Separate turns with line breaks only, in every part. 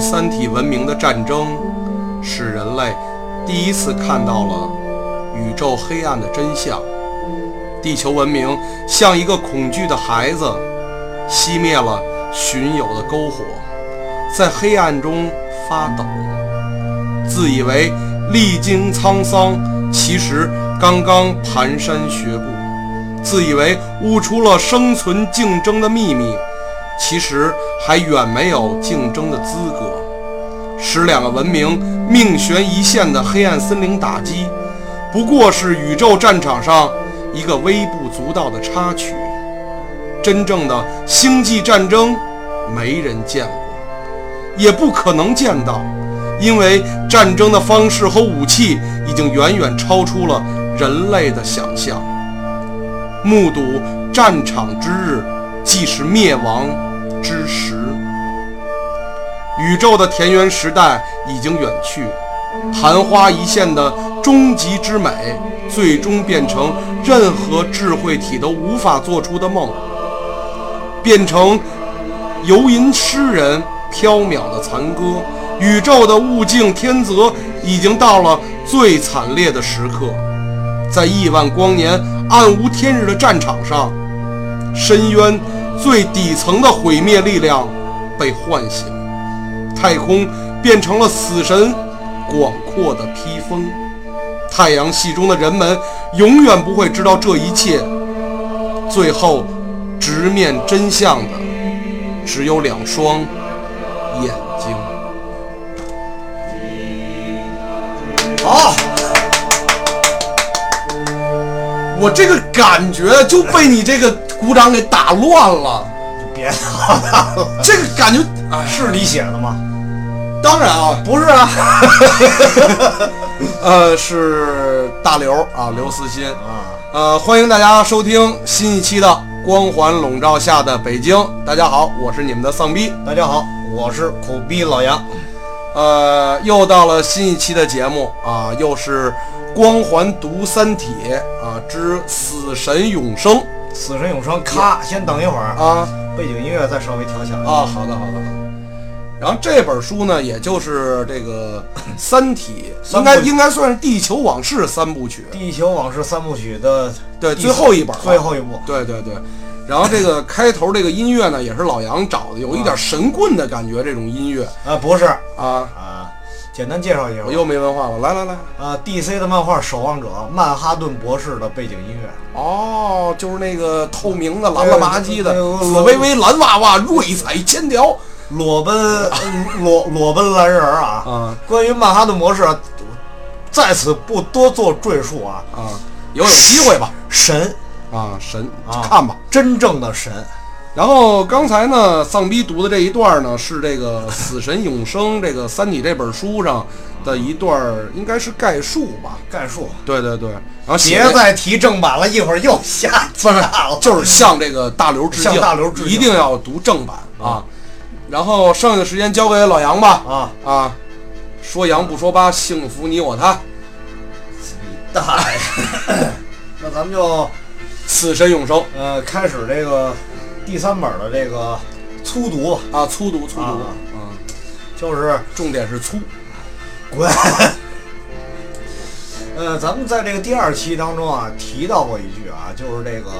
三体文明的战争，使人类第一次看到了宇宙黑暗的真相。地球文明像一个恐惧的孩子，熄灭了寻友的篝火，在黑暗中发抖，自以为历经沧桑，其实刚刚蹒跚学步；自以为悟出了生存竞争的秘密，其实还远没有竞争的资格。使两个文明命悬一线的黑暗森林打击，不过是宇宙战场上。一个微不足道的插曲，真正的星际战争没人见过，也不可能见到，因为战争的方式和武器已经远远超出了人类的想象。目睹战场之日，即是灭亡之时。宇宙的田园时代已经远去，昙花一现的终极之美。最终变成任何智慧体都无法做出的梦，变成游吟诗人飘渺的残歌。宇宙的物竞天择已经到了最惨烈的时刻，在亿万光年暗无天日的战场上，深渊最底层的毁灭力量被唤醒，太空变成了死神广阔的披风。太阳系中的人们永远不会知道这一切。最后，直面真相的只有两双眼睛。
好，我这个感觉就被你这个鼓掌给打乱了。
别闹了，
这个感觉，哎，
是你写的吗？
当然啊，
不是啊。
呃，是大刘啊，刘慈欣
啊，
呃，欢迎大家收听新一期的《光环笼罩下的北京》。大家好，我是你们的丧逼。
大家好，我是苦逼老杨。
呃，又到了新一期的节目啊，又是《光环读三体》啊之《死神永生》
死神永生，咔，先等一会儿，
啊
背景音乐再稍微调小一
啊，
点。
好的好的好的。然后这本书呢，也就是这 个《三体》，
三
应
部
该
曲
应该算是《地球往事》三部曲，
地球往事三部曲的
对，
第
最后一本啊了，
最后一部，
对对对，然后这个开头这个音乐呢，也是老杨找的，有一点神棍的感觉，这种音乐
啊，不是
啊，
啊，简单介绍一下
我又没文化了，来来来，
啊，DC 的漫画《守望者》曼哈顿博士的背景音乐，
哦，就是那个透明的蓝了吧唧的
哎呦，
紫薇薇蓝娃娃，瑞彩千条
裸奔呃 裸裸奔蓝人儿啊。
啊
关于曼哈顿博士，啊在此不多做赘述啊。
啊，有有机会吧
神，
啊，神
啊
看吧。
真正的神，
然后刚才呢，丧逼读的这一段呢，是这个《死神永生》这个《三体》这本书上的一段儿，应该是概述吧？
概述。啊
对对对，然后写
别
那
再提正版了，一会儿又下架了。
就是向这个大刘致敬，
向大刘致敬
一定要读正版啊。然后剩下的时间交给老杨吧。
啊，
啊，说杨不说八，幸福你我他，
你大爷！ 那咱们就
此神永生
呃开始这个第三本的这个粗读，
啊！粗读粗读
啊
啊，
就是
重点是粗
滚。呃，咱们在这个第二期当中啊提到过一句啊，就是这个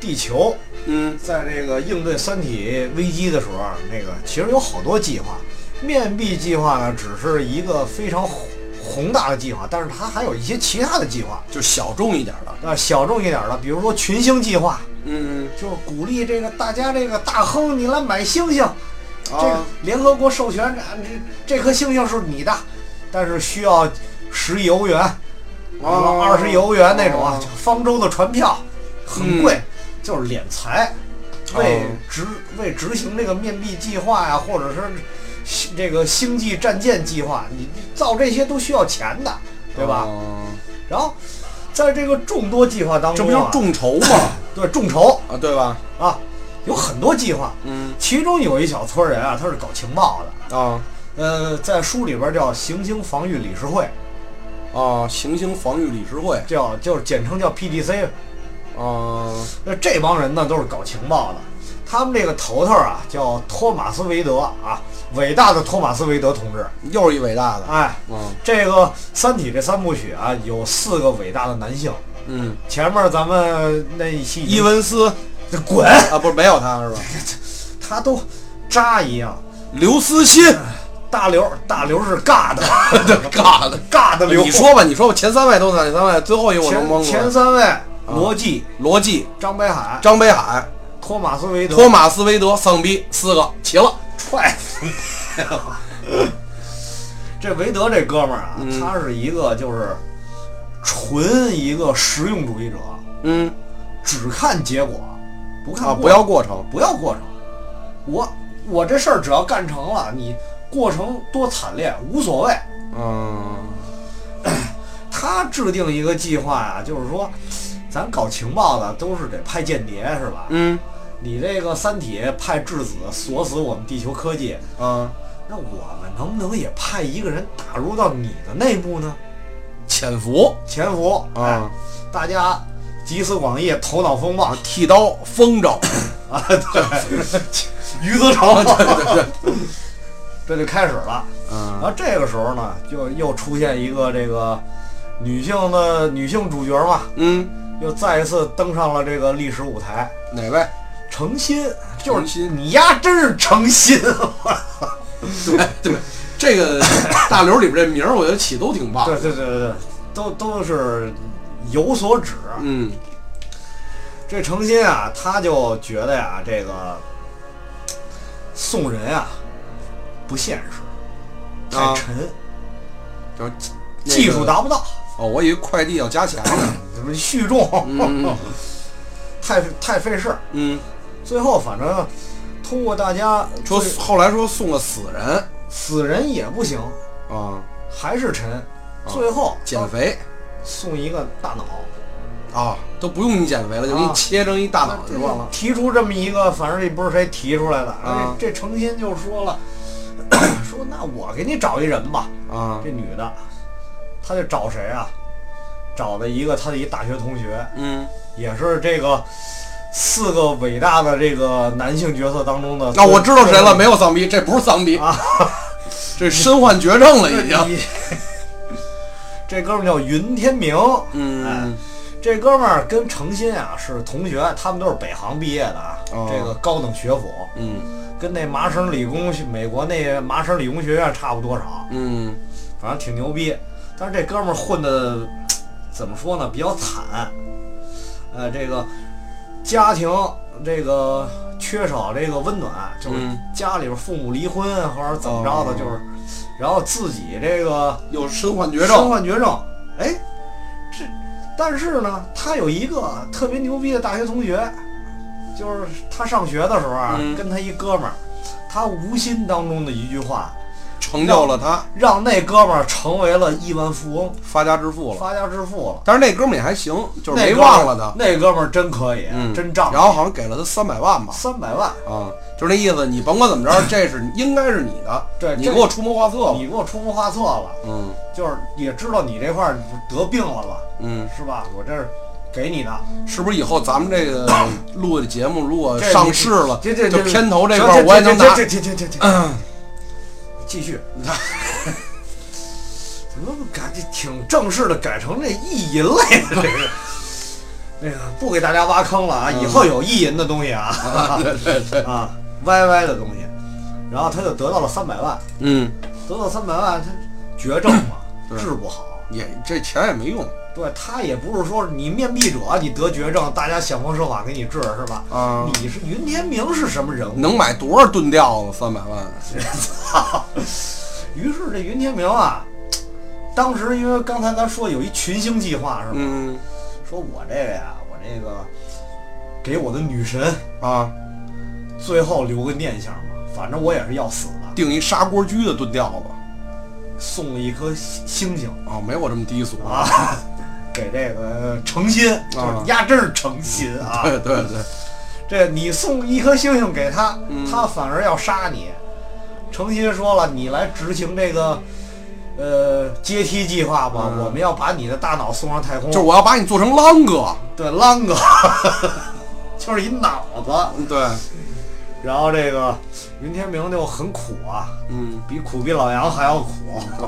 地球
嗯
在这个应对三体危机的时候啊，那个其实有好多计划，面壁计划呢只是一个非常宏宏大的计划，但是它还有一些其他的计划。
就小众一点的，
那小众一点的，比如说群星计划，
嗯，
就是鼓励这个大家这个大亨你来买星星，这个
啊
联合国授权，这这颗星星是你的，但是需要十亿欧元，
啊
二十亿欧元那种啊，就方舟的船票很贵，
嗯
就是敛财，为
哦
执为执行这个面壁计划呀、或者是星这个星际战舰计划，你造这些都需要钱的，对吧？
哦
然后在这个众多计划当
这
中、啊，
不就是众筹吗？
对众筹
啊，对吧？
啊，有很多计划，
嗯
其中有一小撮人啊，他是搞情报的，
啊
呃，在书里边叫行星防御理事会，
啊，行星防御理事会
叫就是简称叫 PDC。
啊
那这帮人呢都是搞情报的，他们这个头头啊叫托马斯·韦德啊，伟大的托马斯·韦德同志，
又是一伟大的，
哎，
嗯
这个《三体》这三部曲啊，有四个伟大的男性。
嗯，
前面咱们那一期已经
伊文斯
滚，
啊，不是没有他是吧？
他都渣一样。
刘思 欣，
大刘，大刘是尬的，
尬的。
尬的刘。
你说吧，你说吧，前三位都是哪三位？最后一个我能蒙
前
住。
前三位，罗辑、
罗辑、
张北海、
张北海、
托马斯·韦德，
托马斯·韦德、丧逼，四个齐了。
踹死你了！ 这韦德这哥们儿啊，
嗯
他是一个就是纯一个实用主义者，
嗯
只看结果，不看
啊，
过
不要过程。
不要过程。我我这事儿只要干成了，你过程多惨烈无所谓。
嗯
他制定一个计划呀、就是说，咱搞情报的都是得派间谍是吧？
嗯
你这个三体派质子锁死我们地球科技，
啊，
那我们能不能也派一个人打入到你的内部呢？
潜伏
潜伏，哎，
啊
大家集思广益，头脑风暴
啊，剃刀风筝，
啊，对，余则成， 这就开始了。然
嗯
后这个时候呢，就又出现一个这个女性的女性主角嘛，
嗯，
又再一次登上了这个历史舞台。
哪位？
诚心，就是
诚心
你丫真是诚心，啊
对对，这 个大刘里边这名儿，我觉得起都挺棒。
对对对对对，都都是有所指。
嗯
这诚心啊，他就觉得呀，这个送人啊不现实，太
啊
沉，
就
技术达不到，
哦，我以为快递要加钱 呢。
什么续重，
嗯
太太费事儿。
嗯，
最后反正通过大家
说
最
后来说送个死人
死人也不行，
啊，
还是沉。最后
减肥
送一个大脑，哦
啊，都不用你减肥了，就给你
啊
切成一大脑就完了。
提出这么一个，反正也不是谁提出来的，哎
啊
这这诚心就说了， 说那我给你找一人吧。
啊，
这女的，她就找谁啊？找的一个她的一大学同学，
嗯，
也是这个四个伟大的这个男性角色当中的。
啊那我知道谁了，没
没？
有丧逼，这不是丧逼
啊，
这身患绝症了已经。
你 这哥们儿叫云天明，哎
嗯
这哥们儿跟程心啊是同学，他们都是北航毕业的啊，
哦
这个高等学府，
嗯
跟那麻省理工学美国那麻省理工学院差不多少，
嗯
反正挺牛逼。但是这哥们儿混的怎么说呢，比较惨，呃，这个家庭这个缺少这个温暖，就是
嗯
家里边父母离婚或者怎么着的，
哦
就是，然后自己这个。
有身患绝
身
症。
患绝症。哎，这但是呢，他有一个特别牛逼的大学同学，就是他上学的时候啊，
嗯
跟他一哥们儿，他无心当中的一句话，
成就了他
让那哥们儿成为了亿万富翁、
发家致富了。
发家致富了。
但是那哥们儿也还行，就是
那
没
哥们儿
忘了他，
那哥们儿真可以，
嗯，
真仗
然后好像给了他三百万吧，
三百万，
啊，就是那意思，你甭管怎么 着，这是应该是你的，
对
你
这
给我出谋划策吧，
你给我出谋划策了，
嗯
就是也知道你这块儿得病了吧，
嗯，
是吧？我这是给你的，
是不是以后咱们这 个录的节目如果
这你
呃上市了，
这这
就片头
这
这块儿我也能拿
这这这这这，这继续。 怎么改这挺正式的，改成这意淫类的这个？那个不给大家挖坑了啊，
嗯
以后有意淫的东西 啊，
对对对，
啊，歪歪的东西。然后他就得到了三百万，
嗯，
得到三百万，他绝症嘛，
对
治不好。
也这钱也没用
对他也不是说你面壁者，你得绝症，大家想方设法给你治是吧？
啊，
你是云天明是什么人物？
能买多少吨调子？三百万，
啊操！于是这云天明啊，当时因为刚才咱说有一群星计划是吧？
嗯
说我这个呀，我这个给我的女神
啊，
最后留个念想吧，反正我也是要死的，
定一砂锅居的吨调子
送了一颗星星
啊，没我这么低俗
啊，给这个诚心，就是压真是诚心啊！
啊 对对对，
这你送一颗星星给他，
嗯
他反而要杀你。诚心说了，你来执行这个，呃，阶梯计划吧，
嗯
我们要把你的大脑送上太空。
就是我要把你做成浪哥，
对啷个，就是一脑子。
对，
然后这个云天明就很苦啊，
嗯，
比苦逼老杨还要苦，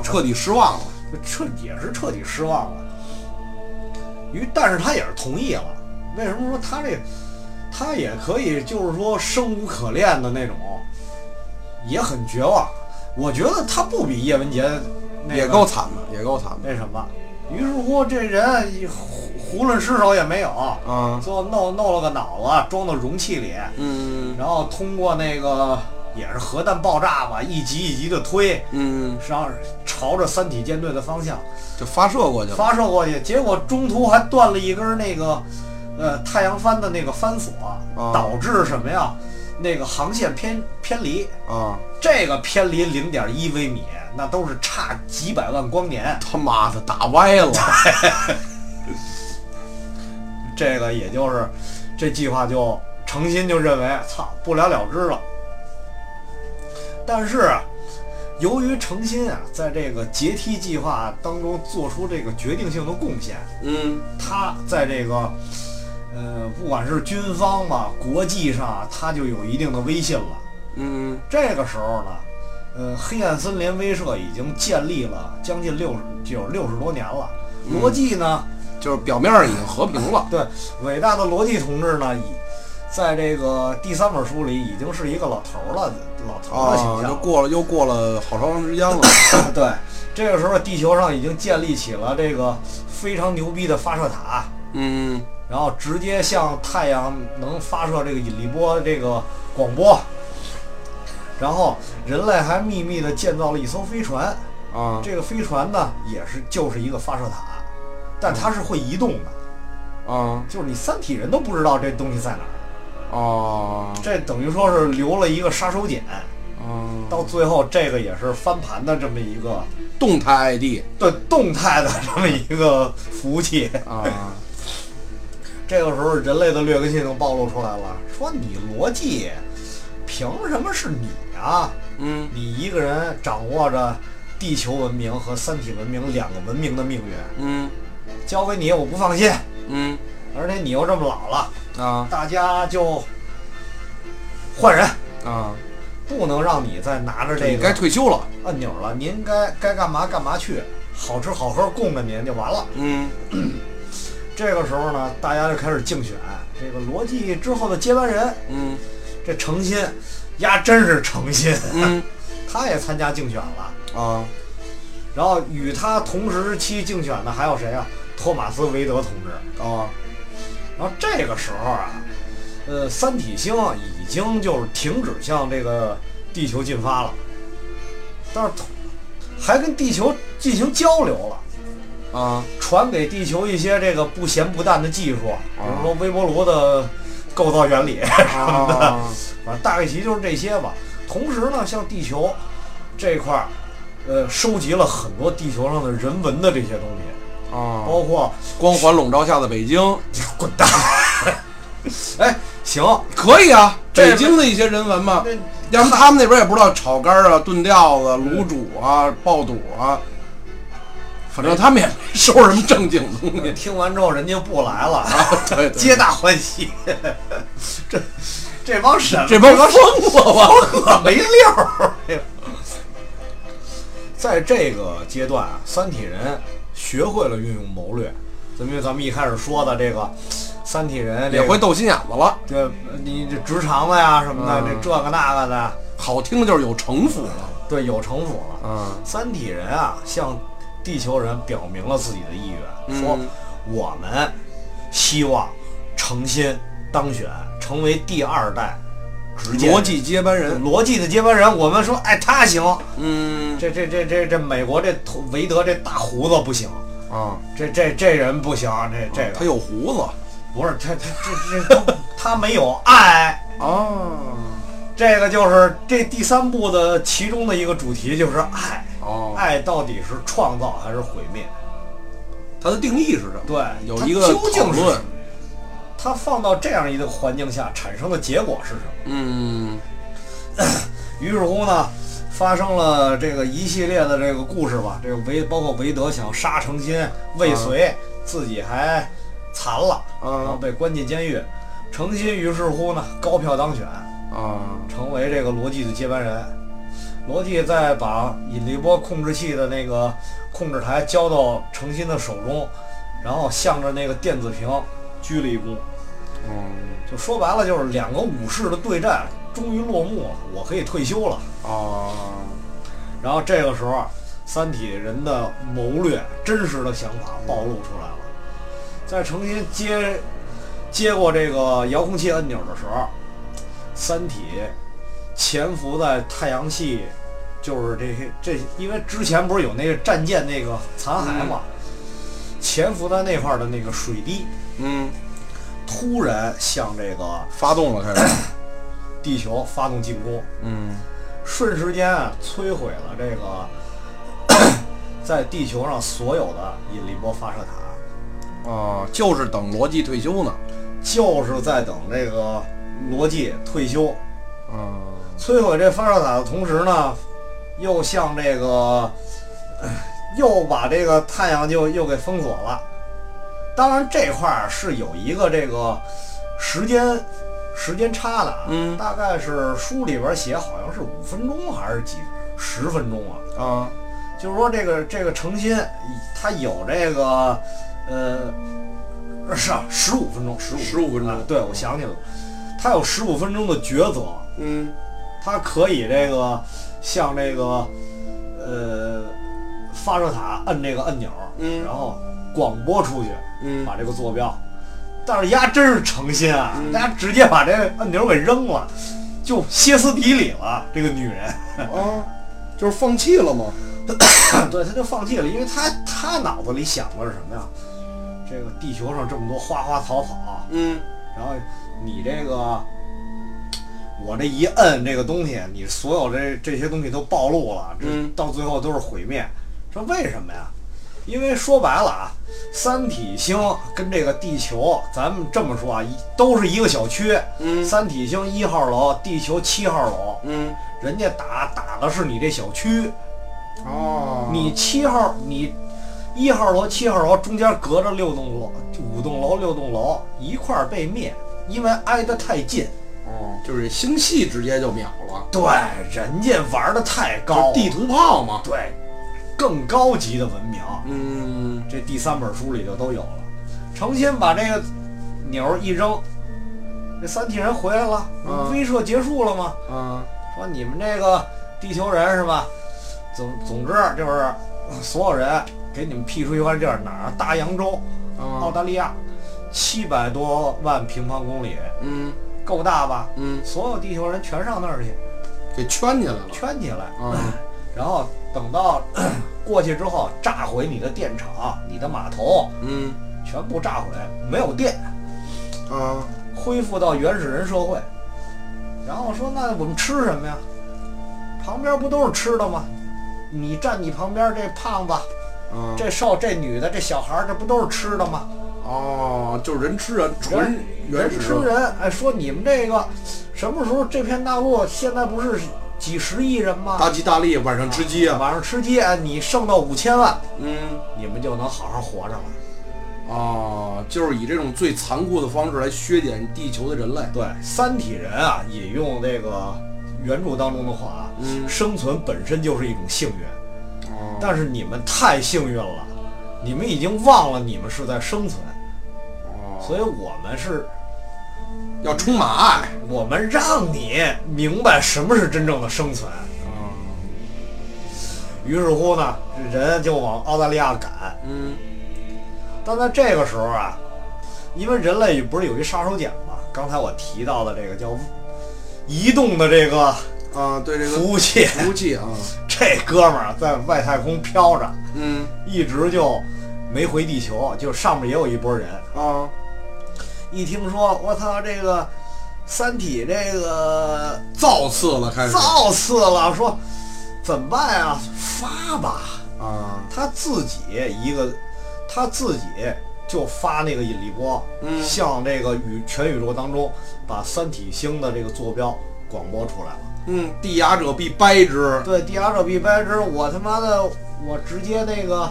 彻底失望了。
彻也是彻底失望了。于，但是他也是同意了。为什么说他这，他也可以就是说生无可恋的那种，也很绝望。我觉得他不比叶文洁、那个、
也够惨的，也够惨的。
那什么。于是乎，这人胡胡乱失手也没有，
啊，
最后弄弄了个脑子装到容器里，
嗯
然后通过那个也是核弹爆炸吧，一级一级的推，
嗯，
然后朝着三体舰队的方向
就发射过去了。
发射过去。结果中途还断了一根那个呃太阳帆的那个帆索，导致什么呀？那个航线偏偏离，
啊，
这个偏离零点一微米，那都是差几百万光年。
他妈的打歪了。
这个也就是这计划就诚心就认为操不了了之了。但是啊，由于诚心啊在这个阶梯计划当中做出这个决定性的贡献，
嗯
他在这个呃不管是军方吧，国际上啊他就有一定的威信了。
嗯
这个时候呢，呃，黑暗森林威慑已经建立了将近六十就是六十多年了。罗辑呢？
就是表面上已经和平 了。
对，伟大的罗辑同志呢，已在这个第三本书里已经是一个老头儿了，老头儿的形
啊，
象。
就过了又过了好长时间了。
对，这个时候地球上已经建立起了这个非常牛逼的发射塔，
嗯
然后直接向太阳能发射这个引力波这个广播。然后人类还秘密地建造了一艘飞船，
啊，
这个飞船呢也是就是一个发射塔，但它是会移动的，
啊
就是你三体人都不知道这东西在哪儿。
啊
这等于说是留了一个杀手锏，
啊！
到最后这个也是翻盘的这么一个
动态 ID
对动态的这么一个服务器。
啊，
这个时候人类的劣根性就暴露出来了，说你逻辑凭什么是你啊？
嗯
你一个人掌握着地球文明和三体文明两个文明的命运，
嗯
交给你我不放心，
嗯
而且你又这么老了，
啊
大家就换人，
啊，
不能让你再拿着这
你
个
该退休了。
按钮了，您该该干嘛干嘛去，好吃好喝供着您就完了。
嗯
这个时候呢，大家就开始竞选这个罗辑之后的接班人。
嗯
这诚心，呀，真是诚心，
嗯
他也参加竞选了。
啊
然后与他同时期竞选的还有谁啊？托马斯·韦德同志。
啊
然后这个时候啊，呃，三体星啊已经就是停止向这个地球进发了，但是同还跟地球进行交流了。
啊
传给地球一些这个不咸不淡的技术，比如说微波炉的构造原理，
啊！
反正大概其就是这些吧。同时呢，像地球这块儿，呃，收集了很多地球上的人文的这些东西，
啊！
包括
光环笼罩下的北京
滚蛋。 哎，行，
可以啊，
这
北京的一些人文嘛，
那
要不他们那边也不知道炒肝啊、炖吊子、卤煮啊、爆肚啊，反正他们也没收什么正经东
你
西。
听完之后人家不来了，
对，对
皆大欢喜。 这这帮什么
这帮疯 了吧？
可 没溜儿。哎在这个阶段啊，三体人学会了运用谋略，因为咱们一开始说的这个三体人
也
这
会
个
斗心眼子了，
这你这直肠子呀什么的，
嗯
这这个那个的，
好听的就是有城府了。
对，有城府了。
嗯
三体人啊，向地球人表明了自己的意愿，说
嗯
我们希望诚心当选，成为第二代执剑
逻辑接班人，
逻辑的接班人。我们说，哎，他行，
嗯
这这这这这美国这头韦德这大胡子不行，
啊，
这这这人不行，这这
哦他
个
有胡子
不是他他这这这他没有爱，哦
啊，
这个就是这第三部的其中的一个主题就是爱，
哦，
爱到底是创造还是毁灭？
他的定义是什么？
对，
有
它
一个
究竟
讨
是
论
什么？它放到这样一个环境下产生的结果是什么？
嗯
于是乎呢，发生了这个一系列的这个故事吧。这个韦包括韦德想杀成心，未遂，自己还残了，然后
啊
被关进监狱。成心于是乎呢，高票当选，
啊啊
成为这个罗辑的接班人。罗辑再把引力波控制器的那个控制台交到程心的手中，然后向着那个电子屏鞠了一躬。
嗯
就说白了，就是两个武士的对战终于落幕了，我可以退休了。
啊
然后这个时候，三体人的谋略、真实的想法暴露出来了。在程心接接过这个遥控器按钮的时候，三体潜伏在太阳系，就是这些这，因为之前不是有那个战舰那个残骸嘛，潜伏在那块儿的那个水滴，
嗯，
突然向这个
发动了开始，
地球发动进攻。
嗯
瞬时间啊，摧毁了这个 在地球上所有的引力波发射塔，
啊，就是等罗辑退休呢，
就是在等这个罗辑退休。
啊
摧毁这发射塔的同时呢，又向这个 又把这个太阳就又给封锁了。当然这块儿是有一个这个时间时间差的啊，
嗯
大概是书里边写好像是五分钟还是几十分钟啊，
啊
就是说这个这个程心，他有这个，呃，是啊，十五分钟，十五
15分钟
啊对，我想起来了，他有十五分钟的抉择，
嗯
他可以这个向这个呃发射塔摁这个按钮，
嗯
然后广播出去，
嗯
把这个坐标。但是丫真是诚心啊，丫直接把这个按钮给扔了，就歇斯底里了。这个女人，
啊，就是放弃了嘛，
对，他就放弃了，因为他他脑子里想的是什么呀？这个地球上这么多花花草草，
嗯
然后你这个我这一摁这个东西，你所有这这些东西都暴露了，这
嗯
到最后都是毁灭。这为什么呀？因为说白了啊，三体星跟这个地球，咱们这么说啊，一都是一个小区。
嗯
三体星一号楼，地球七号楼，
嗯
人家打打的是你这小区。
哦
你七号，你一号楼、七号楼中间隔着六栋楼、五栋楼、六栋楼一块儿被灭，因为挨得太近。
哦，就是星系直接就秒了，
对，人家玩的太
就是
高，
地图炮嘛，
对，更高级的文明，
嗯
这第三本书里就都有了。诚心把这个钮儿一扔，这三体人回来了，
嗯
威慑结束了吗？
啊
说你们这个地球人是吧？总总之就是所有人给你们辟出一块地儿，哪儿？大洋洲，澳
啊
大利亚，七百多万平方公里，
嗯
够大吧？
嗯，
所有地球人全上那儿去
给圈起来了
圈起来，
啊
然后等到 过去之后炸毁你的电厂、你的码头，
嗯
全部炸毁，没有电，
啊
恢复到原始人社会。然后说那我们吃什么呀？旁边不都是吃的吗？你站你旁边这胖子、
啊
这瘦、这女的、这小孩儿，这不都是吃的吗？
哦，就是人吃人，纯原始
吃人，哎，说你们这个什么时候这片大陆现在不是几十亿人吗？
大吉大利，晚上吃鸡啊，
晚上吃鸡，哎你剩到五千万，
嗯，
你们就能好好活着了。
哦，就是以这种最残酷的方式来削减地球的人类，
对，三体人啊，引用这个原著当中的话啊，
嗯
生存本身就是一种幸运，
哦
但是你们太幸运了，你们已经忘了你们是在生存，
哦，
所以我们是，
要充满爱，
我们让你明白什么是真正的生存。于是乎呢，人就往澳大利亚赶。
嗯
但在这个时候啊，因为人类不是有一杀手锏吗？刚才我提到的这个叫移动的这个
啊，对这个
服务器，
服务器啊，
这哥们儿在外太空飘着，
嗯
一直就没回地球，就上面也有一波人。
啊
一听说我操这个《三体》这个
造次了开始
造次了，说怎么办呀？发吧，
啊，
他自己一个，他自己就发那个引力波，
嗯
向这个宇全宇宙当中把三体星的这个坐标广播出来了。
嗯，地压者必掰之，
对，第二者必掰之，我他妈的，我直接那个，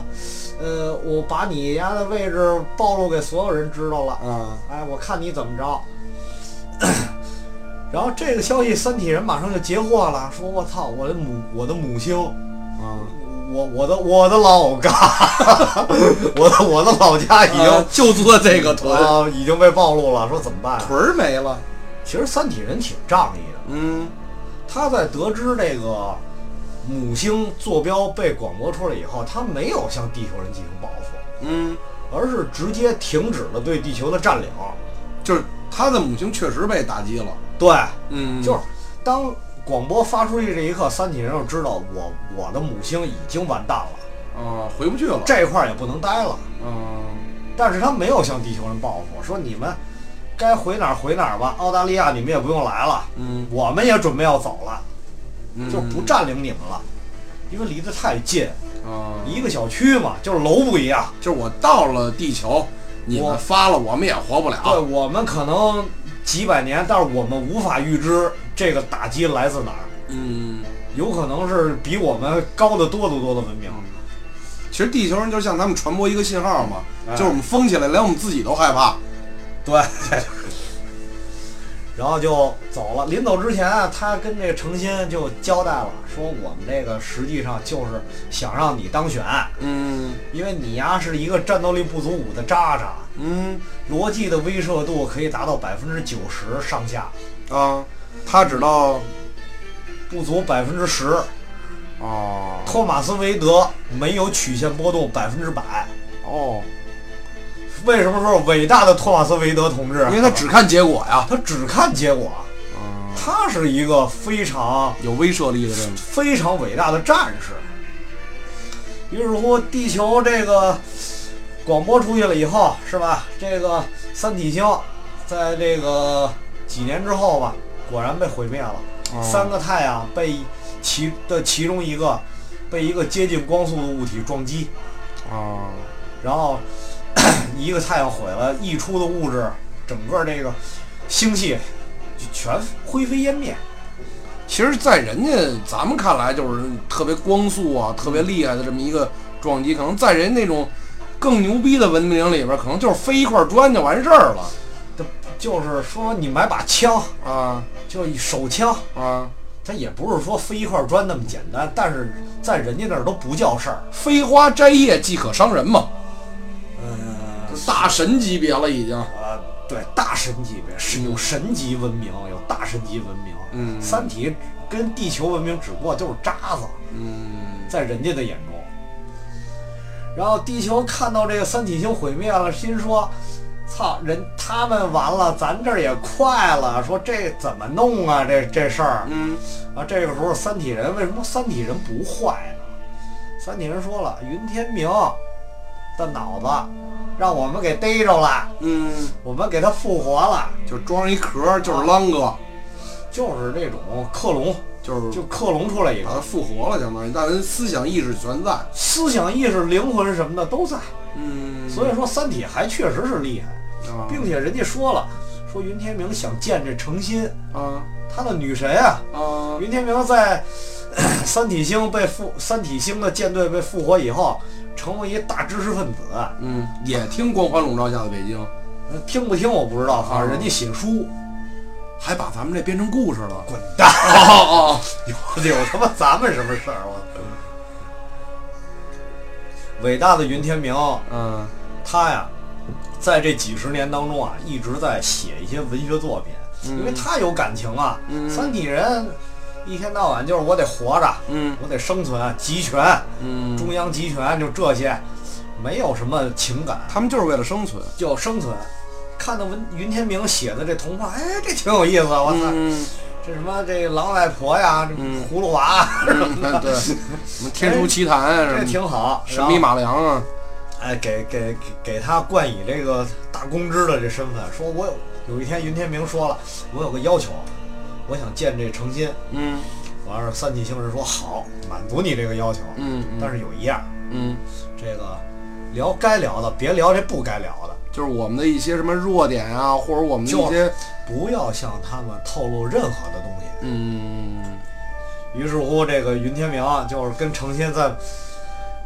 呃，我把你家的位置暴露给所有人知道了，
啊
哎，我看你怎么着。 然后这个消息，三体人马上就截获了，说我操，我的母我的母星，
啊，
我我的我的老家， 我的我的老家已经、
呃就做这个屯儿，
哎啊已经被暴露了，说怎么办、啊？
屯儿没了。
其实三体人挺仗义的，
嗯，
他在得知这个母星坐标被广播出来以后，他没有向地球人进行报复，
嗯，
而是直接停止了对地球的占领。
就是他的母亲确实被打击了，
对，
嗯，
就是当广播发出去这一刻，三体人就知道我我的母星已经完蛋了，
啊，回不去了，
这块儿也不能待了。
嗯，
但是他没有向地球人报复，说你们该回哪儿回哪儿吧，澳大利亚你们也不用来了，
嗯，
我们也准备要走了，
嗯
就不占领你们了，因为离得太近，
啊，
一个小区嘛，就是楼不一样。
就是我到了地球，你
我
们发了，我们也活不
对，
了。
我们可能几百年，但是我们无法预知这个打击来自哪儿，
嗯，
有可能是比我们高得多得多的文明。
其实地球人就向他们传播一个信号嘛，
哎
就是我们封起来，连我们自己都害怕。
对， 然后就走了。临走之前啊，他跟这个程心就交代了，说我们这个实际上就是想让你当选，
嗯
因为你呀是一个战斗力不足五的渣渣，
嗯
逻辑的威慑度可以达到百分之九十上下，
啊，他只到
不足百分之十。
哦
托马斯·韦德没有曲线波动百分之百。
哦，
为什么说是伟大的托马斯·韦德同志？啊
因为他只看结果呀。
他只看结果，
嗯，
他是一个非常
有威慑力的人。
非常伟大的战士。于是乎，地球这个广播出去了以后，是吧？这个三体星在这个几年之后吧，果然被毁灭了。
哦
三个太阳被其的其中一个被一个接近光速的物体撞击，
啊，
然后 一个太阳毁了，溢出的物质，整个这个星系就全灰飞烟灭。
其实，在人家咱们看来就是特别光速啊，特别厉害的这么一个撞击，可能在人那种更牛逼的文明里边，可能就是飞一块砖就完事儿了
就是说，你买把枪，
啊
就一手枪，
啊，
它也不是说飞一块砖那么简单，但是在人家那儿都不叫事儿。
飞花摘叶即可伤人嘛，
嗯，
大神级别了已经。
呃，对，大神级别是有神级文明，有大神级文明。
嗯
三体跟地球文明只不过就是渣子。
嗯
在人家的眼中。然后地球看到这个三体星毁灭了，心说：“操，人他们完了，咱这儿也快了。说这怎么弄啊？这这事儿
嗯
啊！”这个时候，三体人为什么三体人不坏呢？三体人说了，云天明的脑子让我们给逮着了，
嗯，
我们给他复活了，
就装一壳，就是啷个，
就是这种克隆，
就是
就克隆出来以
把
后
它，复活了，相当于，但人思想意识全在。
思想意识、灵魂什么的都在。
嗯
所以说，三体还确实是厉害。
啊
并且人家说了，说云天明想见这程心，
啊
他的女神啊。
啊
云天明在咳三体星被复三体星的舰队被复活以后，成为一大知识分子。
嗯，也听《光环笼罩下的北京》，
呃听不听我不知道，
啊
反正人家写书，
还把咱们这编成故事了。
滚蛋！
哦哦，
有有他妈咱们什么事儿？我。伟大的云天明，
嗯
他呀，在这几十年当中啊，一直在写一些文学作品，因为他有感情啊。
嗯
三体人一天到晚就是我得活着，
嗯
我得生存，集权，
嗯，
中央集权就这些，没有什么情感，
他们就是为了生存。
就生存。看到文云天明写的这童话，哎，这挺有意思啊！我操，
嗯，
这什么这狼外婆呀，这
嗯
葫芦娃啊，
嗯 对，什么天书奇谭
这
啊，什么
挺好。
神笔马良啊，
然后哎，给给给给他冠以这个大公知的这身份，说我有有一天云天明说了，我有个要求，我想见这程心。
嗯
完事儿，三体星人说好，满足你这个要求，
嗯
但是有一样，
嗯，
这个聊该聊的，别聊这不该聊的，
就是我们的一些什么弱点啊，或者我们的一
就
些
不要向他们透露任何的东西。
嗯
于是乎，这个云天明啊，就是跟程心在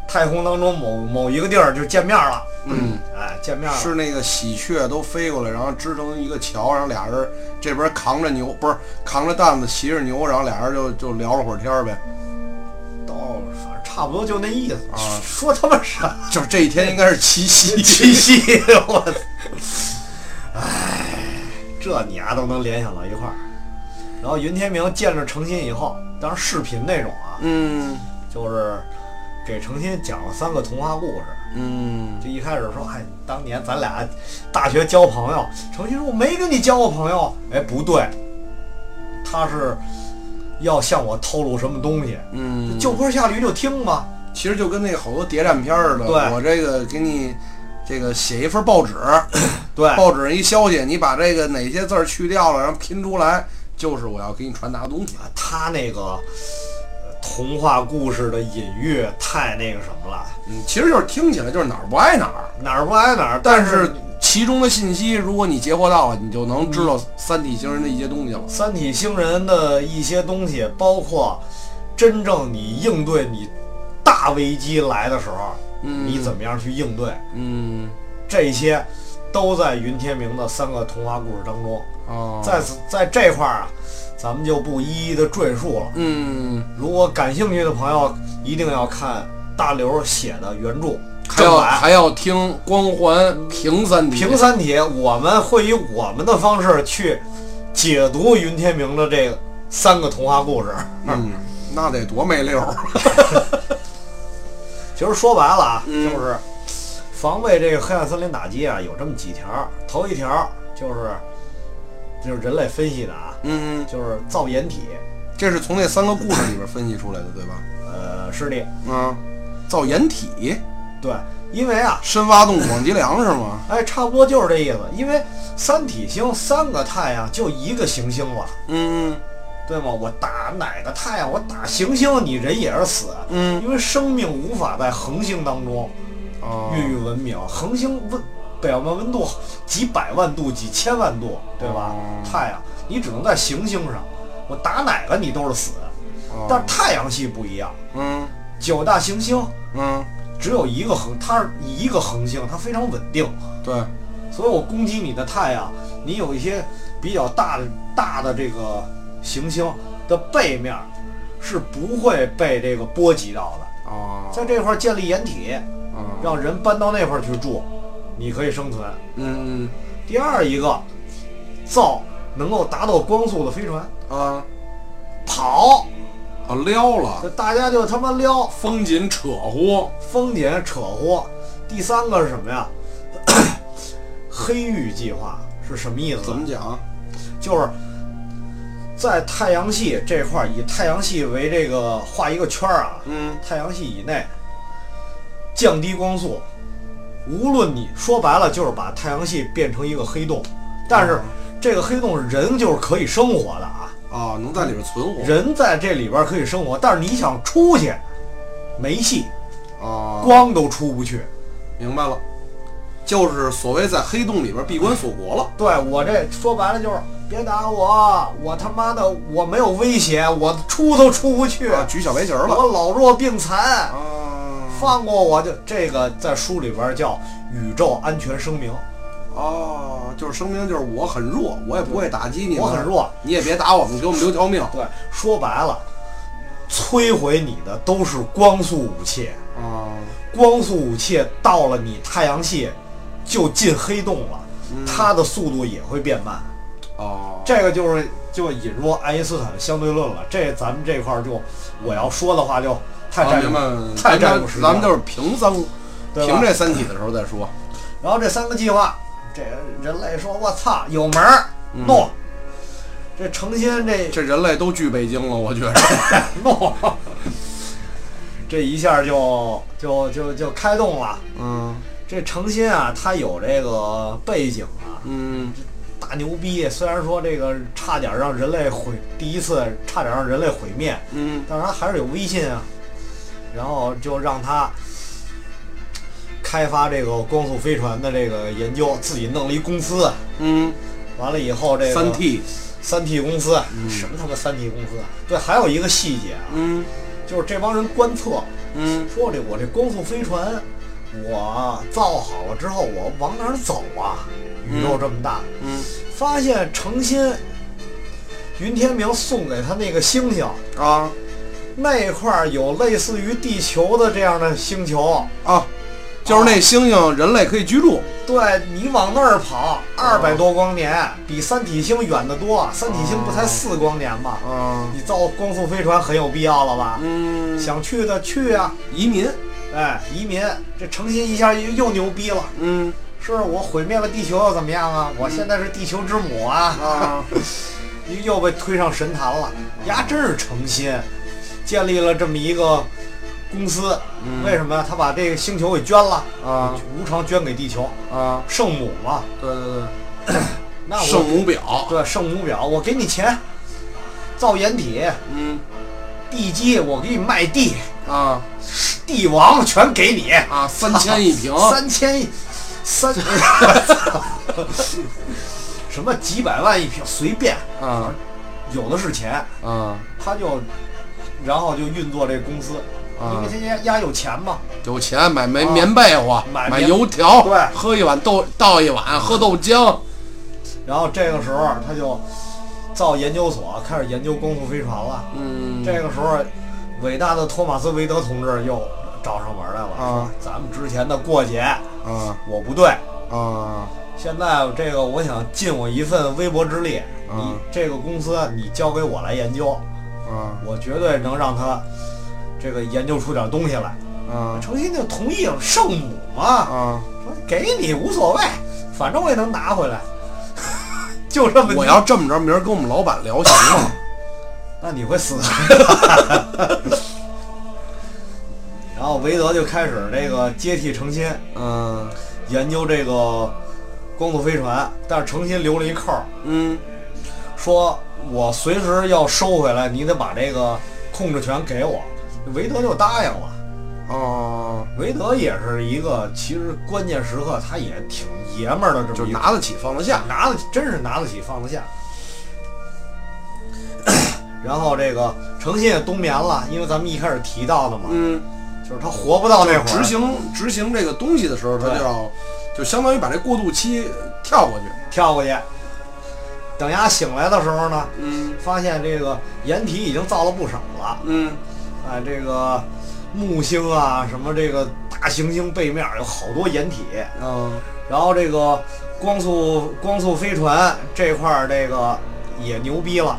太空当中某某一个地儿就见面了，
嗯，
哎，见面了，
是那个喜鹊都飞过来，然后织成一个桥，然后俩人这边扛着牛，不是扛着担子，骑着牛，然后俩人就就聊了会儿天儿呗。
到反正差不多就那意思
啊
说他妈啥？
就是这一天应该是 七夕，
七夕，我操！哎，这你丫都能联想到一块儿。然后云天明见着程心以后，当然视频那种啊，
嗯
就是给程心讲了三个童话故事。
嗯，
就一开始说，哎，当年咱俩大学交朋友，程心说我没跟你交过朋友。哎，不对，他是要向我透露什么东西。
嗯
就坡下驴就听吧。
其实就跟那个好多谍战片儿似的，
对
我这个给你这个写一份报纸，
对，
报纸上一消息，你把这个哪些字儿去掉了，然后拼出来，就是我要给你传达的东西。
他那个呃童话故事的隐喻太那个什么了，
嗯，其实就是听起来就是哪儿不挨哪儿，
哪儿不挨哪儿。
但
但
是
是
其中的信息，如果你截获到了，你就能知
嗯
道三体星人的一些东西了。
三体星人的一些东西，包括真正你应对你大危机来的时候，
嗯，
你怎么样去应对，
嗯
这些都在云天明的三个童话故事当中。
哦，
在此在这块儿啊，咱们就不一一的赘述了。
嗯，
如果感兴趣的朋友，一定要看大刘写的原著
还
正
要
版。
哦还要听光环评三体，
评三体，我们会以我们的方式去解读云天明的这三个童话故事。
嗯，那得多没溜儿。
其实说白了啊，
嗯
就是防卫这个黑暗森林打击啊，有这么几条儿。头一条儿就是，就是人类分析的啊，
嗯，
就是造掩体，
这是从那三个故事里边分析出来的，对吧？
呃，势力。
啊，
嗯
造掩体，
对，因为啊，
深挖洞广积粮是吗？
哎，差不多就是这意思。因为三体星三个太阳就一个行星了，
嗯
对吗？我打哪个太阳，我打行星，你人也是死。
嗯，
因为生命无法在恒星当中
哦，
孕育文明，恒星温表面温度几百万度、几千万度，对吧？
嗯
太阳你只能在行星上，我打哪个你都是死。
哦
但太阳系不一样，
嗯
九大行星
嗯，
只有一个恒，它是一个恒星，它非常稳定，
对，
所以我攻击你的太阳，你有一些比较大的大的这个行星的背面是不会被这个波及到的。
哦，
在这块儿建立掩体，
嗯
让人搬到那块儿去住，你可以生存。
嗯
第二一个，造能够达到光速的飞船，
啊
跑，
啊撩了，
就大家就他妈撩，
风景扯呼，
风景扯呼。第三个是什么呀？ 黑域计划是什么意思？
怎么讲？
就是在太阳系这块儿，以太阳系为这个画一个圈儿啊，
嗯
太阳系以内降低光速，无论你说白了就是把太阳系变成一个黑洞，但是这个黑洞人就是可以生活的啊，
啊，能在里边存活
人在这里边可以生活，但是你想出去没戏，
啊，
光都出不去。
明白了，就是所谓在黑洞里边闭关锁国了。啊
对我这说白了就是别打我，我他妈的我没有威胁，我出都出不去，
啊，举小白旗儿了
我老弱病残，
啊
放过我就这个在书里边叫宇宙安全声明。
哦，就是声明，就是我很弱，我也不会打击你们，
我很，弱。
你也别打我们，给我们留条命
对，说白了，摧毁你的都是光速武器，
啊。
光速武器到了你太阳系就进黑洞了，它的速度也会变慢。
哦，
这个就是就引入爱因斯坦的相对论了。这咱们这块儿就我要说的话就太
啊明
占
白
用，太
咱
占
们
用时间了。
咱们就是评三，
对
评
吧
这三体的时候再说。
然后这三个计划，这人类说我操有门儿弄。这成心这
嗯这人类都去北京了，我觉着。
弄，这一下就就就就开动了。
嗯
这程心啊，他有这个背景啊，
嗯
大牛逼。虽然说这个差点让人类毁，第一次差点让人类毁灭，
嗯
但是他还是有威信啊。然后就让他开发这个光速飞船的这个研究，自己弄了一公司。
嗯，
完了以后，这个
三 T，嗯
三 T 公司，什么他妈三 T 公司啊？对，还有一个细节啊，
嗯
就是这帮人观测，
嗯嗯
说这我这光速飞船，我造好了之后，我往哪儿走啊？宇宙这么大，
嗯
发现诚心，云天明送给他那个星星
啊
那块儿有类似于地球的这样的星球，
啊，就是
哦
那星星人类可以居住。
对你往那儿跑二百多光年，比三体星远得多。三体星不才四光年吗？
啊，
你造光速飞船很有必要了吧？
嗯，
想去的去啊，
移民。
哎，移民，这诚心一下又又牛逼了。
嗯
是我毁灭了地球又怎么样啊？我现在是地球之母啊！
啊，
又又被推上神坛了。丫真是诚心，建立了这么一个公司。为什么呀？他把这个星球给捐了，
嗯啊
无偿捐给地球，
啊，
圣母嘛。
对对对，
那我
圣母婊。
对圣母婊，我给你钱，造掩体、
嗯
地基，我给你卖地，
啊
帝王全给你，
啊，三千一平。
三千一 三， 什么几百万一平，随便，
啊
有的是钱，
啊
他就，然后就运作这个公司，因
啊
为！他家家有钱嘛，
有钱买棉
啊
棉被窝，
买
买
棉
油条，
对
喝一碗豆倒一碗，喝豆浆。
然后这个时候啊
嗯
他就造研究所，开始研究光速飞船了。
嗯，
这个时候，伟大的托马斯·韦德同志又找上门来了，
啊
说咱们之前的过节
啊
我不对，
啊
现在这个我想尽我一份微薄之力，
啊
你这个公司你交给我来研究，
啊
我绝对能让他这个研究出点东西来。
啊
诚心就同意了，圣母嘛，
啊！
说给你无所谓，反正我也能拿回来， 就这么。
我要这么着，明儿跟我们老板聊行 吗？
那你会死啊的。 然后韦德就开始这个接替程心
嗯
研究这个光速飞船，但是程心留了一扣儿，
嗯
说我随时要收回来，你得把这个控制权给我。韦德就答应了。
哦，
韦德也是一个，其实关键时刻他也挺爷们儿的这
就
么一个
拿得起放得下。
拿得起，真是拿得起放得下。 然后这个诚信也冬眠了，因为咱们一开始提到的嘛，
嗯，
就是他活不到那会儿，
执行执行这个东西的时候，他就要就相当于把这过渡期跳过去。
跳过去。等丫醒来的时候呢，
嗯
发现这个掩体已经造了不少了，
嗯
啊，这个木星啊，什么这个大行星背面有好多掩体，
嗯
然后这个光速光速飞船这块儿这个也牛逼了，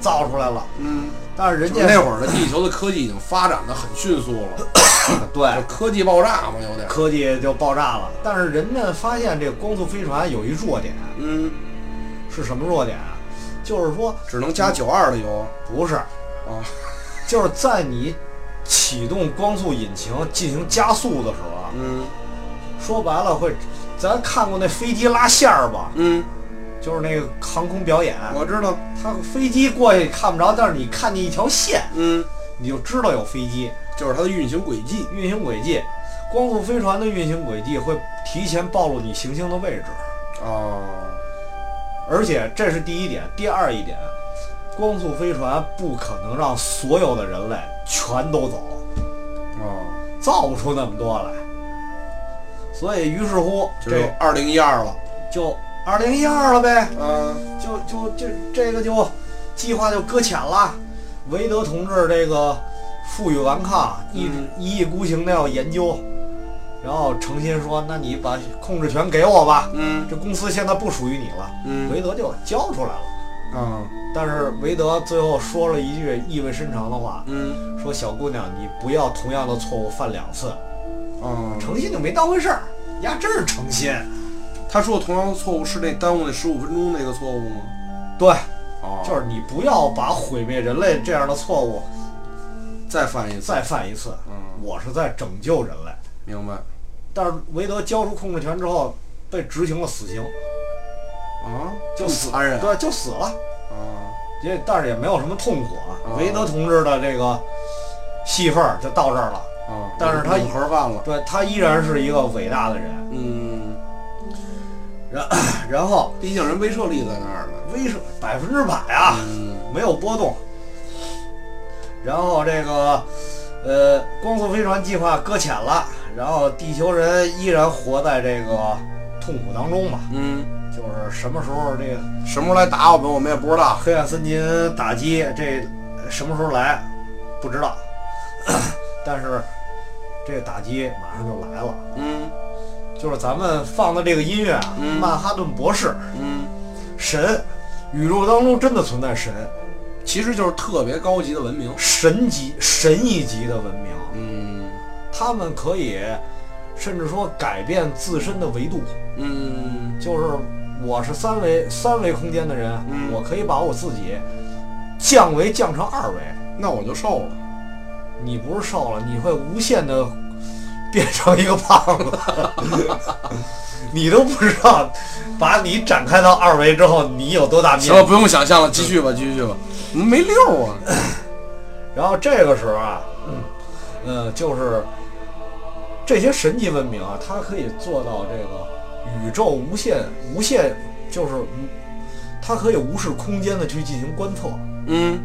造出来了，
嗯，
但是人
就
家
是那会儿的地球的科技已经发展的很迅速 了，
对
就科技爆炸嘛，有点。
科技就爆炸了。但是人们发现这个光速飞船有一弱点，
嗯，
是什么弱点啊？就是说
只能加九二的油。
不是，
哦，
就是在你启动光速引擎进行加速的时候啊，
嗯
说白了会，咱看过那飞机拉线儿吧，
嗯，
就是那个航空表演，
我知道。
它飞机过去看不着，但是你看见一条线，
嗯，
你就知道有飞机
就是它的运行轨迹。
运行轨迹。光速飞船的运行轨迹会提前暴露你行星的位置。
哦，
而且这是第一点，第二一点，光速飞船不可能让所有的人类全都走，
哦，
造不出那么多来。所以，于是乎，
就是
这
二零一二了。
就二零一二了呗，
嗯
就就就这个就计划就搁浅了。韦德同志这个负隅顽抗，一直一意孤行的要研究，然后诚心说：“那你把控制权给我吧，
嗯
这公司现在不属于你了。”
嗯
韦德就交出来了。
啊
但是韦德最后说了一句意味深长的话，
嗯
说：“小姑娘，你不要同样的错误犯两次。
啊”。
诚心就没当回事儿，呀，真是诚心。
他说的同样的错误是那耽误那十五分钟那个错误吗？
对，
哦
就是你不要把毁灭人类这样的错误
再翻一次。
再犯一次。
嗯，
我是在拯救人类。
明白。
但是韦德交出控制权之后，被执行了死刑，
啊，
就
这
死
么残忍。
对，就死了。
啊，
也但是也没有什么痛苦
啊
啊。韦德同志的这个戏份儿就到这儿了。
啊
但是他
有盒饭了。
对他依然是一个伟大的人。
嗯，
然后
毕竟人威慑力在那儿呢。
威慑百分之百啊，
嗯
没有波动。然后这个，呃，光速飞船计划搁浅了，然后地球人依然活在这个痛苦当中吧。
嗯，
就是什么时候这个
什么时候来打我们，我们也不知道。
黑暗森林打击这呃什么时候来，不知道， 但是这打击马上就来了。
嗯
就是咱们放的这个音乐啊，
嗯
曼哈顿博士
嗯，
神，宇宙当中真的存在神，
其实就是特别高级的文明。
神级神一级的文明，
嗯
他们可以甚至说改变自身的维度，
嗯
就是我是三维三维空间的人，
嗯
我可以把我自己降维降成二维。，
那我就瘦了。
你不是瘦了，你会无限的变成一个胖子，你都不知道把你展开到二维之后你有多大面积
行了，不用想象了，继续吧，继续吧。嗯没溜啊。
然后这个时候啊，嗯，呃，就是这些神级文明啊，它可以做到这个宇宙无限无限，就是无它可以无视空间的去进行观测。
嗯，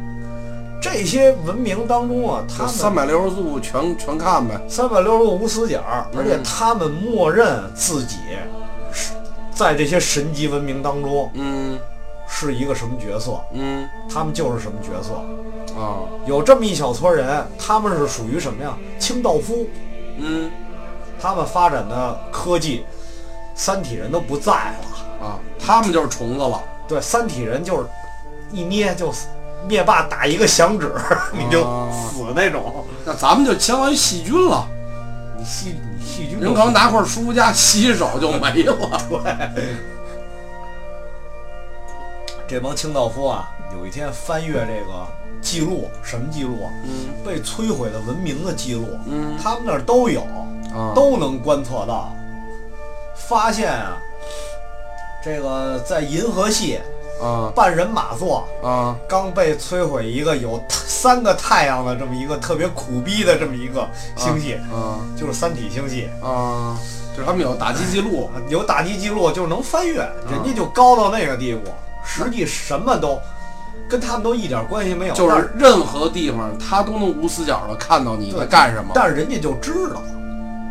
这些文明当中啊，他
就
们
三百六十度全全看呗。
三百六十度无死角，
嗯
而且他们默认自己是在这些神级文明当中
嗯
是一个什么角色，
嗯
他们就是什么角色。
啊
有这么一小撮人，他们是属于什么呀？清道夫。
嗯
他们发展的科技，三体人都不在了。
啊，他们就是虫子了。
对，三体人就是一捏就死灭霸打一个响指， 你就死那种。
那咱们就相当于细菌了。
你细你细菌
人
都
可能拿块舒肤佳洗洗手就没了。
这帮清道夫啊，有一天翻阅这个记录，什么记录啊？
嗯
被摧毁的文明的记录，
嗯
他们那儿都有，
啊
都能观测到。发现啊，这个在银河系
啊
半人马座
啊
刚被摧毁一个有三个太阳的这么一个特别苦逼的这么一个星系，
啊
就是三体星系，啊
啊！就是他们有打击记录。
有打击记录就是能翻越，人家就高到那个地步，实际什么都跟他们都一点关系没有，
就
但
是任何地方，他都能无死角的看到你在干什么，
但是人家就知道，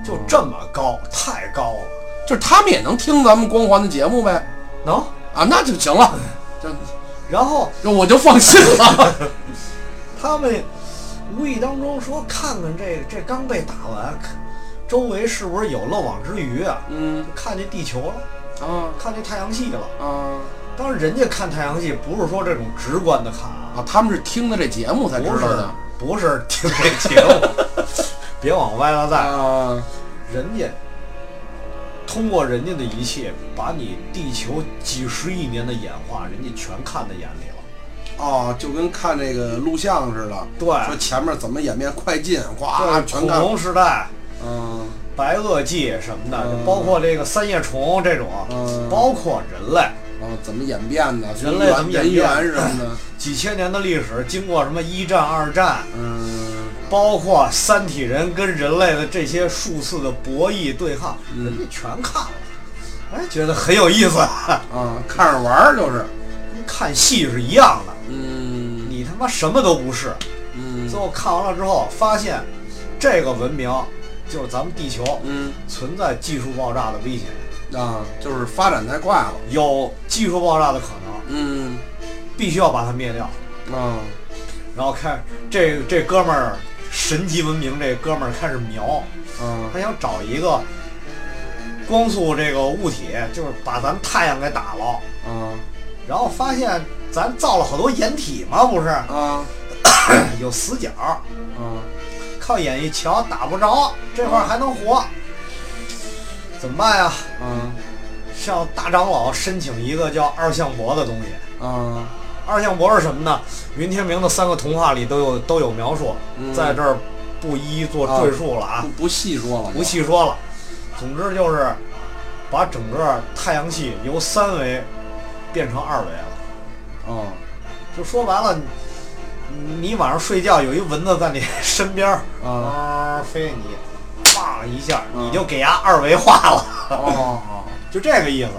就这么高，太高了，
就是他们也能听咱们光环的节目呗，
能、
啊，那就行了，这
然后
这我就放心了。
他们无意当中说，看看这这刚被打完，看周围是不是有漏网之鱼啊？
嗯
就看见地球了，
啊
看见太阳系了。
啊
当然，人家看太阳系不是说这种直观的看啊，
啊！他们是听的这节目才知
不
道
是
的
不是听这节目， 别往歪了带。
啊
人家通过人家的一切，把你地球几十亿年的演化，人家全看在眼里了。
哦，就跟看这个录像似的，说
对，
前面怎么演变快进，哗，
啊，
全
恐
看。
龙时代、
嗯
白垩纪什么的，
嗯
就包括这个三叶虫这种，啊
嗯，
包括人类
然后怎么演变的，
人类怎么演
人
变
猿什么 的，
几千年的历史，经过什么一战、二战，
嗯
包括三体人跟人类的这些数次的博弈对抗，
嗯
人家全看了，哎，觉得很有意思。
啊，看着玩儿就是，
跟 看戏是一样的，
嗯
你他妈什么都不是。
嗯
最后看完了之后，发现这个文明就是咱们地球
嗯。
存在技术爆炸的危险，
啊，就是发展太快了。
有技术爆炸的可能，
嗯，
必须要把它灭掉。
啊，
然后开这这哥们儿神级文明这哥们儿开始描，
啊，
他想找一个光速这个物体，就是把咱们太阳给打了，
啊，
然后发现咱造了好多掩体嘛，不是
啊，
有死角，
啊，
靠眼一瞧打不着，这块儿还能活，怎么办呀？
啊，
向大长老申请一个叫二向箔的东西。
啊，
二向箔是什么呢？云天明的三个童话里都有都有描述，
嗯
在这儿不一一做赘述了啊
不，不细说了，
不细说了。总之就是把整个太阳系由三维变成二维了。
啊，
就说白了，你你晚上睡觉有一蚊子在你 身边儿，啊、飞你，啪一下，你就给它二维化了，
哦，
就这个意思。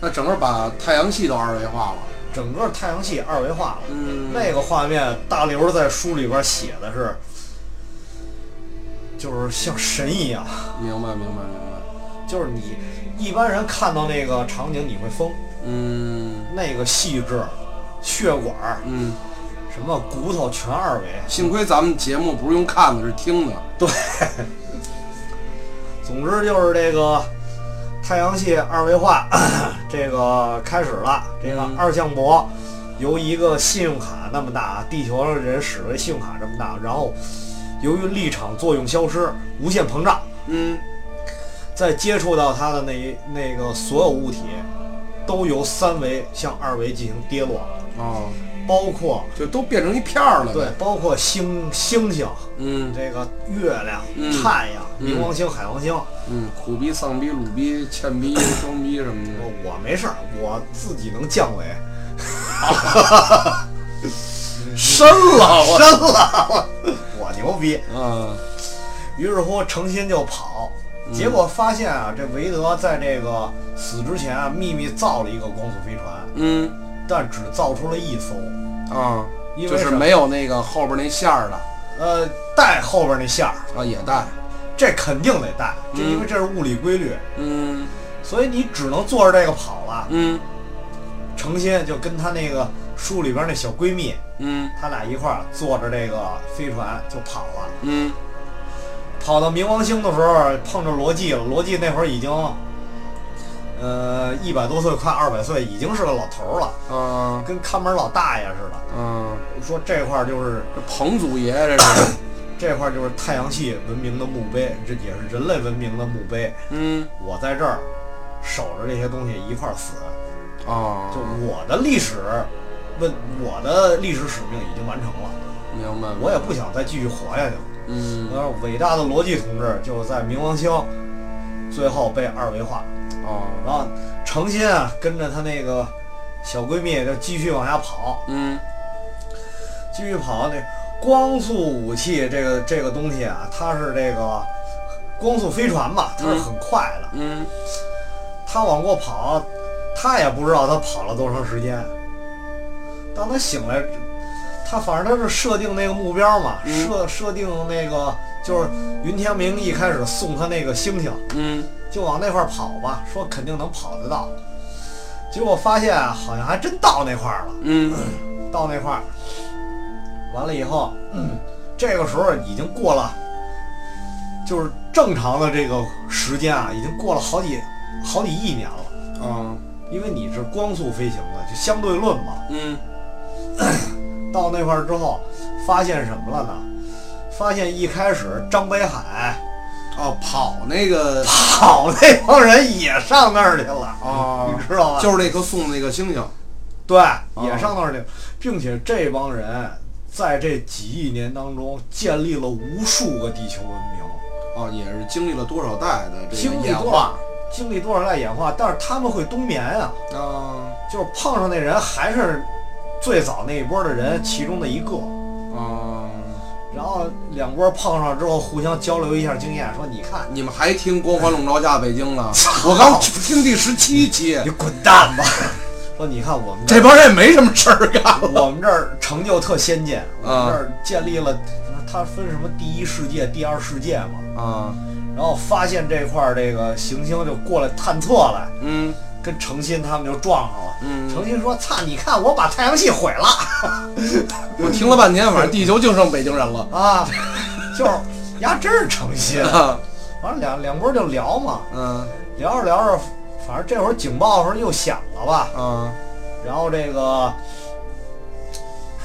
那整个把太阳系都二维化了。
整个太阳系二维化了。
嗯
那个画面，大刘在书里边写的是，就是像神一样，
明白明白明白，
就是你一般人看到那个场景你会疯，
嗯
那个细致，血管
嗯，
什么骨头全二维。
幸亏咱们节目不是用看的，是听的，
总之就是这个太阳系二维化 这个开始了。这个
嗯
二向箔由一个信用卡那么大，地球上人使的信用卡这么大，然后由于立场作用消失，无限膨胀，
嗯
再接触到它的那一那个所有物体，都由三维向二维进行跌落，
哦，
包括
就都变成一片儿了，
对，，包括星星星，
嗯
这个月亮、
嗯
太阳、
嗯
冥王星、海王星。
嗯，苦逼、丧逼、鲁逼、欠逼、装逼什么的，
我我没事儿，我自己能降维。
深了我，
真了，我牛逼。
啊，
于是乎，成心就跑，
嗯
结果发现啊，这韦德在这个死之前啊，秘密造了一个光速飞船，
嗯
但只造出了一艘，
啊，
因
就
为
是
什么
没有那个后边那线儿的
呃带后边那线儿，
啊，也带，
这肯定得带，这
嗯
因为这是物理规律，
嗯
所以你只能坐着这个跑了。
嗯
成心就跟她那个书里边那小闺蜜，
嗯
她俩一块儿坐着这个飞船就跑了。
嗯，
跑到冥王星的时候碰着罗辑了，罗辑那会儿已经，呃，一百多岁，快二百岁，已经是个老头儿了，
啊
跟看门老大爷似的。
啊，
说这块儿就是
这彭祖爷这是，
这块儿就是太阳系文明的墓碑，这也是人类文明的墓碑。
嗯
我在这儿守着这些东西一块儿死，
啊，
就我的历史问我的历史使命已经完成了，
明白，
我也不想再继续活下去了。
嗯
而伟大的罗辑同志就在冥王星最后被二维化。
啊，
然后程心啊，跟着她那个小闺蜜就继续往下跑，
嗯
继续跑。那光速武器这个这个东西啊，它是这个光速飞船嘛，它是很快的。
嗯
她往过跑，她也不知道她跑了多长时间。当她醒来，她反正她是设定那个目标嘛，
嗯
设设定那个就是云天明一开始送她那个星星。
嗯
就往那块儿跑吧，说肯定能跑得到。结果发现啊好像还真到那块儿了，
嗯
到那块儿，完了以后，嗯这个时候已经过了，就是正常的这个时间啊，已经过了好几好几亿年了，
啊，
因为你是光速飞行的，就相对论嘛。
嗯
到那块儿之后，发现什么了呢？发现一开始张北海
哦，跑那个
跑那帮人也上那儿去了，
啊
你，知道吗？
就是那颗送那个星星，
对，
啊
也上那儿去，并且这帮人在这几亿年当中建立了无数个地球文明，
哦，也是经历了多少代的这
经
个
历
演
多
化
少经历多少代演化，但是他们会冬眠啊，
啊
就是碰上那人还是最早那一波的
嗯
人其中的一个，
啊，
然后两波碰上之后互相交流一下经验，说你看
你们还听《光环笼罩下北京》呢？我刚听第十七期，
你滚 蛋吧，说你看我们这
这帮人也没什么事儿干。
我们这儿成就特先进，我
啊
们这儿建立了，它分什么第一世界、第二世界嘛。
啊，
然后发现这块儿这个行星就过来探测来，
嗯
跟程心他们就撞上了。
嗯，
程心说：“操，你看我把太阳系毁了
我听了半天， 反正地球就剩北京人了。
啊！” 就是，呀，真是诚心。
啊
完了两两波就聊嘛，
嗯
聊着聊着，反正这会儿警报声又响了吧，
啊
然后这个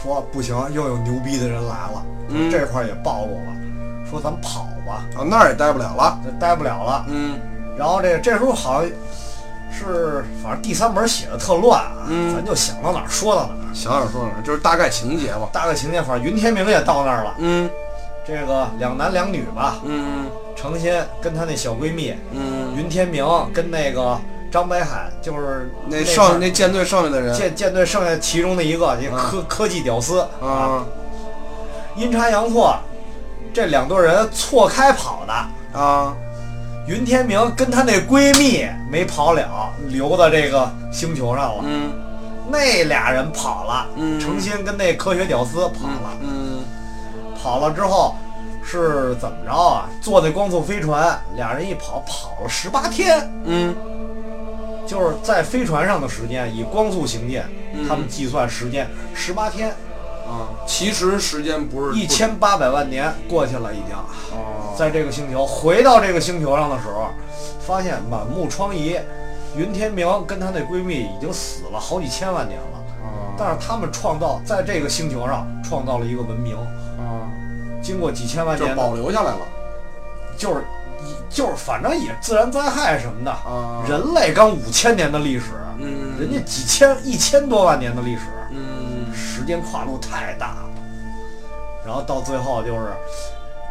说不行，又有牛逼的人来了，
嗯
这块儿也暴露了，说咱们跑吧，
啊，那儿也待不了了。
这待不了了。
嗯
然后这这时候好像是，反正第三本写的特乱啊，
嗯
咱就想到哪儿说到哪儿。
想想说说，就是大概情节吧。
大概情节，反正云天明也到那儿了。
嗯
这个两男两女吧，
嗯
程心跟她那小闺蜜
嗯，
云天明跟那个张北海，就是
那
上
剩那舰队剩下的人
舰舰队剩下其中的一个，这
啊
科、科技屌丝啊，
啊
阴差阳错，这两队人错开跑的。
啊
云天明跟她那闺蜜没跑了，留到这个星球上了。
嗯
那俩人跑了，
嗯
程心跟那科学屌丝跑了，
嗯
跑了之后，是怎么着啊？坐那光速飞船，俩人一跑，跑了十八天，
嗯
就是在飞船上的时间，以光速行进，
嗯
他们计算时间十八天，
啊，
其实时间不是
一千八百万年过去了已经。
哦，
在这个星球回到这个星球上的时候，发现满目疮痍，云天明跟她那闺蜜已经死了好几千万年了，
啊
但是他们创造在这个星球上创造了一个文明，
啊，
经过几千万
就
年
保
的，
留下来了。
就是以就是反正也自然灾害什么的，
啊，
人类刚五千年的历史，
嗯，
人家几千一千多万年的历史，
嗯
时间跨度太大了。然后到最后就是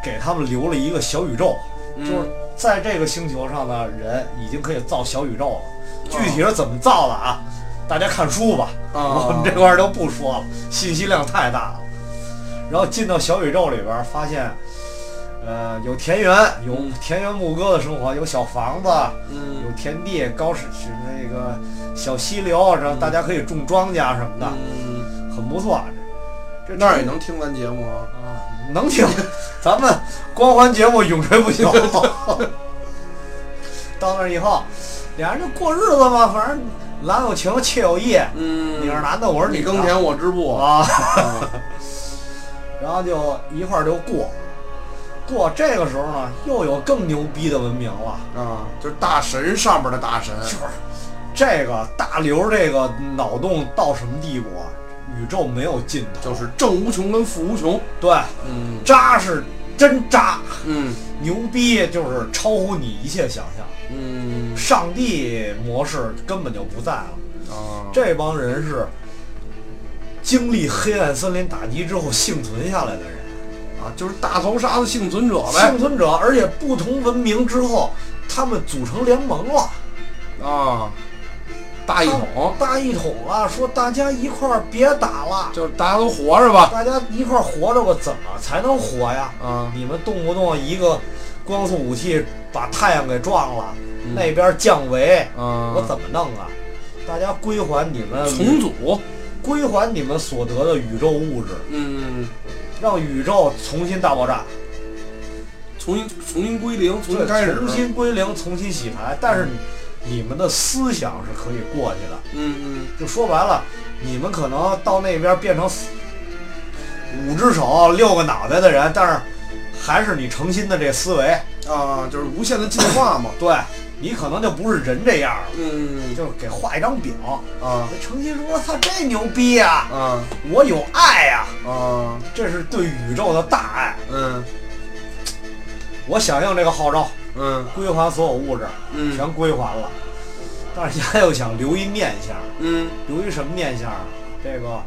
给他们留了一个小宇宙，
嗯
就是在这个星球上的人已经可以造小宇宙了。具体是怎么造的啊？大家看书吧，
啊，
我们这块儿就不说了，信息量太大了。然后进到小宇宙里边儿，发现，呃，有田园，有
嗯
田园牧歌的生活，有小房子，
嗯
有田地，高是是那个小溪流，然后大家可以种庄稼什么的，
嗯
很不错。啊这
那儿也能听咱节目啊，
啊，能听， 咱们光环节目永垂不朽。 到那儿以后，俩人就过日子嘛，反正郎有情，妾有意，
嗯
你是男的，我是
你
女的
耕田，我织布，
啊，
啊
然后就一块儿就过。过这个时候呢，又有更牛逼的文明了，
啊，就是大神上边的大神，
就是这个大刘这个脑洞到什么地步啊？宇宙没有尽头，
就是正无穷跟负无穷，
对，
嗯
渣是真渣，
嗯
牛逼就是超乎你一切想象。
嗯
上帝模式根本就不在了。
啊，
这帮人是经历黑暗森林打击之后幸存下来的人，
啊，就是大头杀的幸存者
幸
呗，
存者，而且不同文明之后，他们组成联盟了，
啊，大一统，
大一统啊，说大家一块儿别打了，
就是大家都活着吧，
大家一块儿活着吧，怎么才能活呀？
啊，
你们动不动一个光速武器把太阳给撞了，
嗯
那边降维，
啊，
我怎么弄啊？大家归还你们
重组，
归还你们所得的宇宙物质，
嗯，
让宇宙重新大爆炸，
重新重新归零，重
对
新开始，
重新归零，重新洗牌。但是你们的思想是可以过去的，
嗯
就说白了，你们可能到那边变成四五只手、六个脑袋的人，但是还是你诚心的这思维，
嗯，啊，就是无限的进化嘛，
对你可能就不是人这样了。
嗯
就是给画一张表，
啊
诚心说：“我操，这牛逼呀、
啊
我有爱呀、
啊，
这是对宇宙的大爱。
嗯
我响应这个号召，
嗯
归还所有物质，
嗯
全归还了。但是他又想留一念想，
嗯
留一什么念想啊？这个，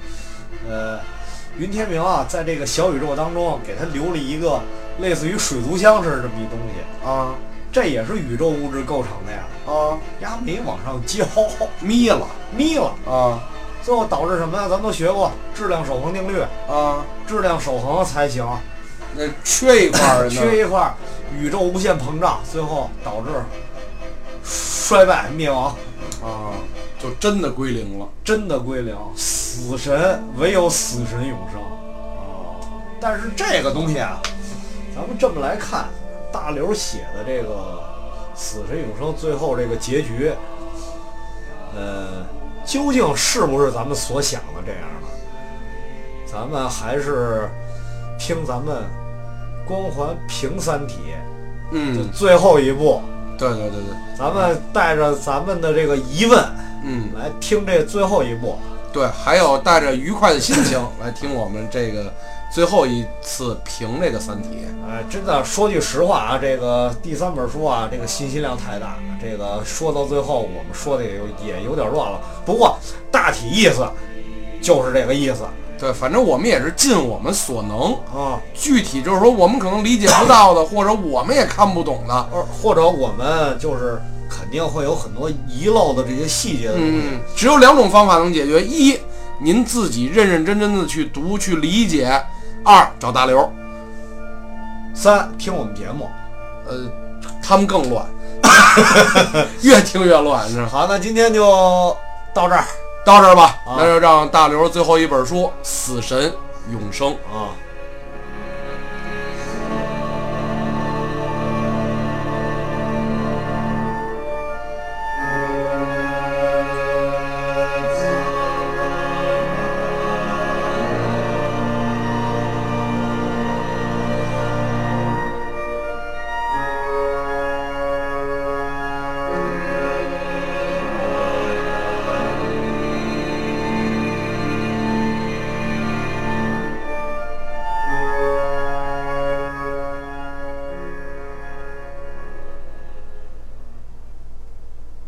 呃，云天明啊，在这个小宇宙当中啊给他留了一个类似于水族箱似的这么一东西，
啊
这也是宇宙物质构成的呀。
啊，
呀，没往上交，
灭了
眯了，
啊
最后导致什么呀？咱们都学过质量守恒定律，
啊，
质量守恒才行，
那缺一块儿呢，
缺一块儿，宇宙无限膨胀，最后导致衰败灭亡。
啊，就真的归零了，
真的归零，死神唯有死神永生。
啊
哦，但是这个东西啊，咱们这么来看，大刘写的这个死神永生最后这个结局，呃，究竟是不是咱们所想的这样的？咱们还是听咱们光环评三体，就
嗯，
最后一部，
对对对对，
咱们带着咱们的这个疑问
嗯。
来听这最后一部。
对，还有带着愉快的心 情来听我们这个最后一次评这个《三体》。
哎，真的说句实话啊，这个第三本书啊，这个信息量太大，这个说到最后我们说的也有也有点乱了。不过大体意思就是这个意思
对，反正我们也是尽我们所能，
啊，
具体就是说我们可能理解不到的，或者我们也看不懂的，
或或者我们就是肯定会有很多遗漏的这些细节的东西。
嗯，只有两种方法能解决：一，您自己认认真真的去读去理解；二，找大刘。
三，听我们节目。
呃，他们更乱， 越听越乱，是吧？
好，那今天就到这儿
到这儿吧，
啊
那就让大刘最后一本书《死神永生》
啊。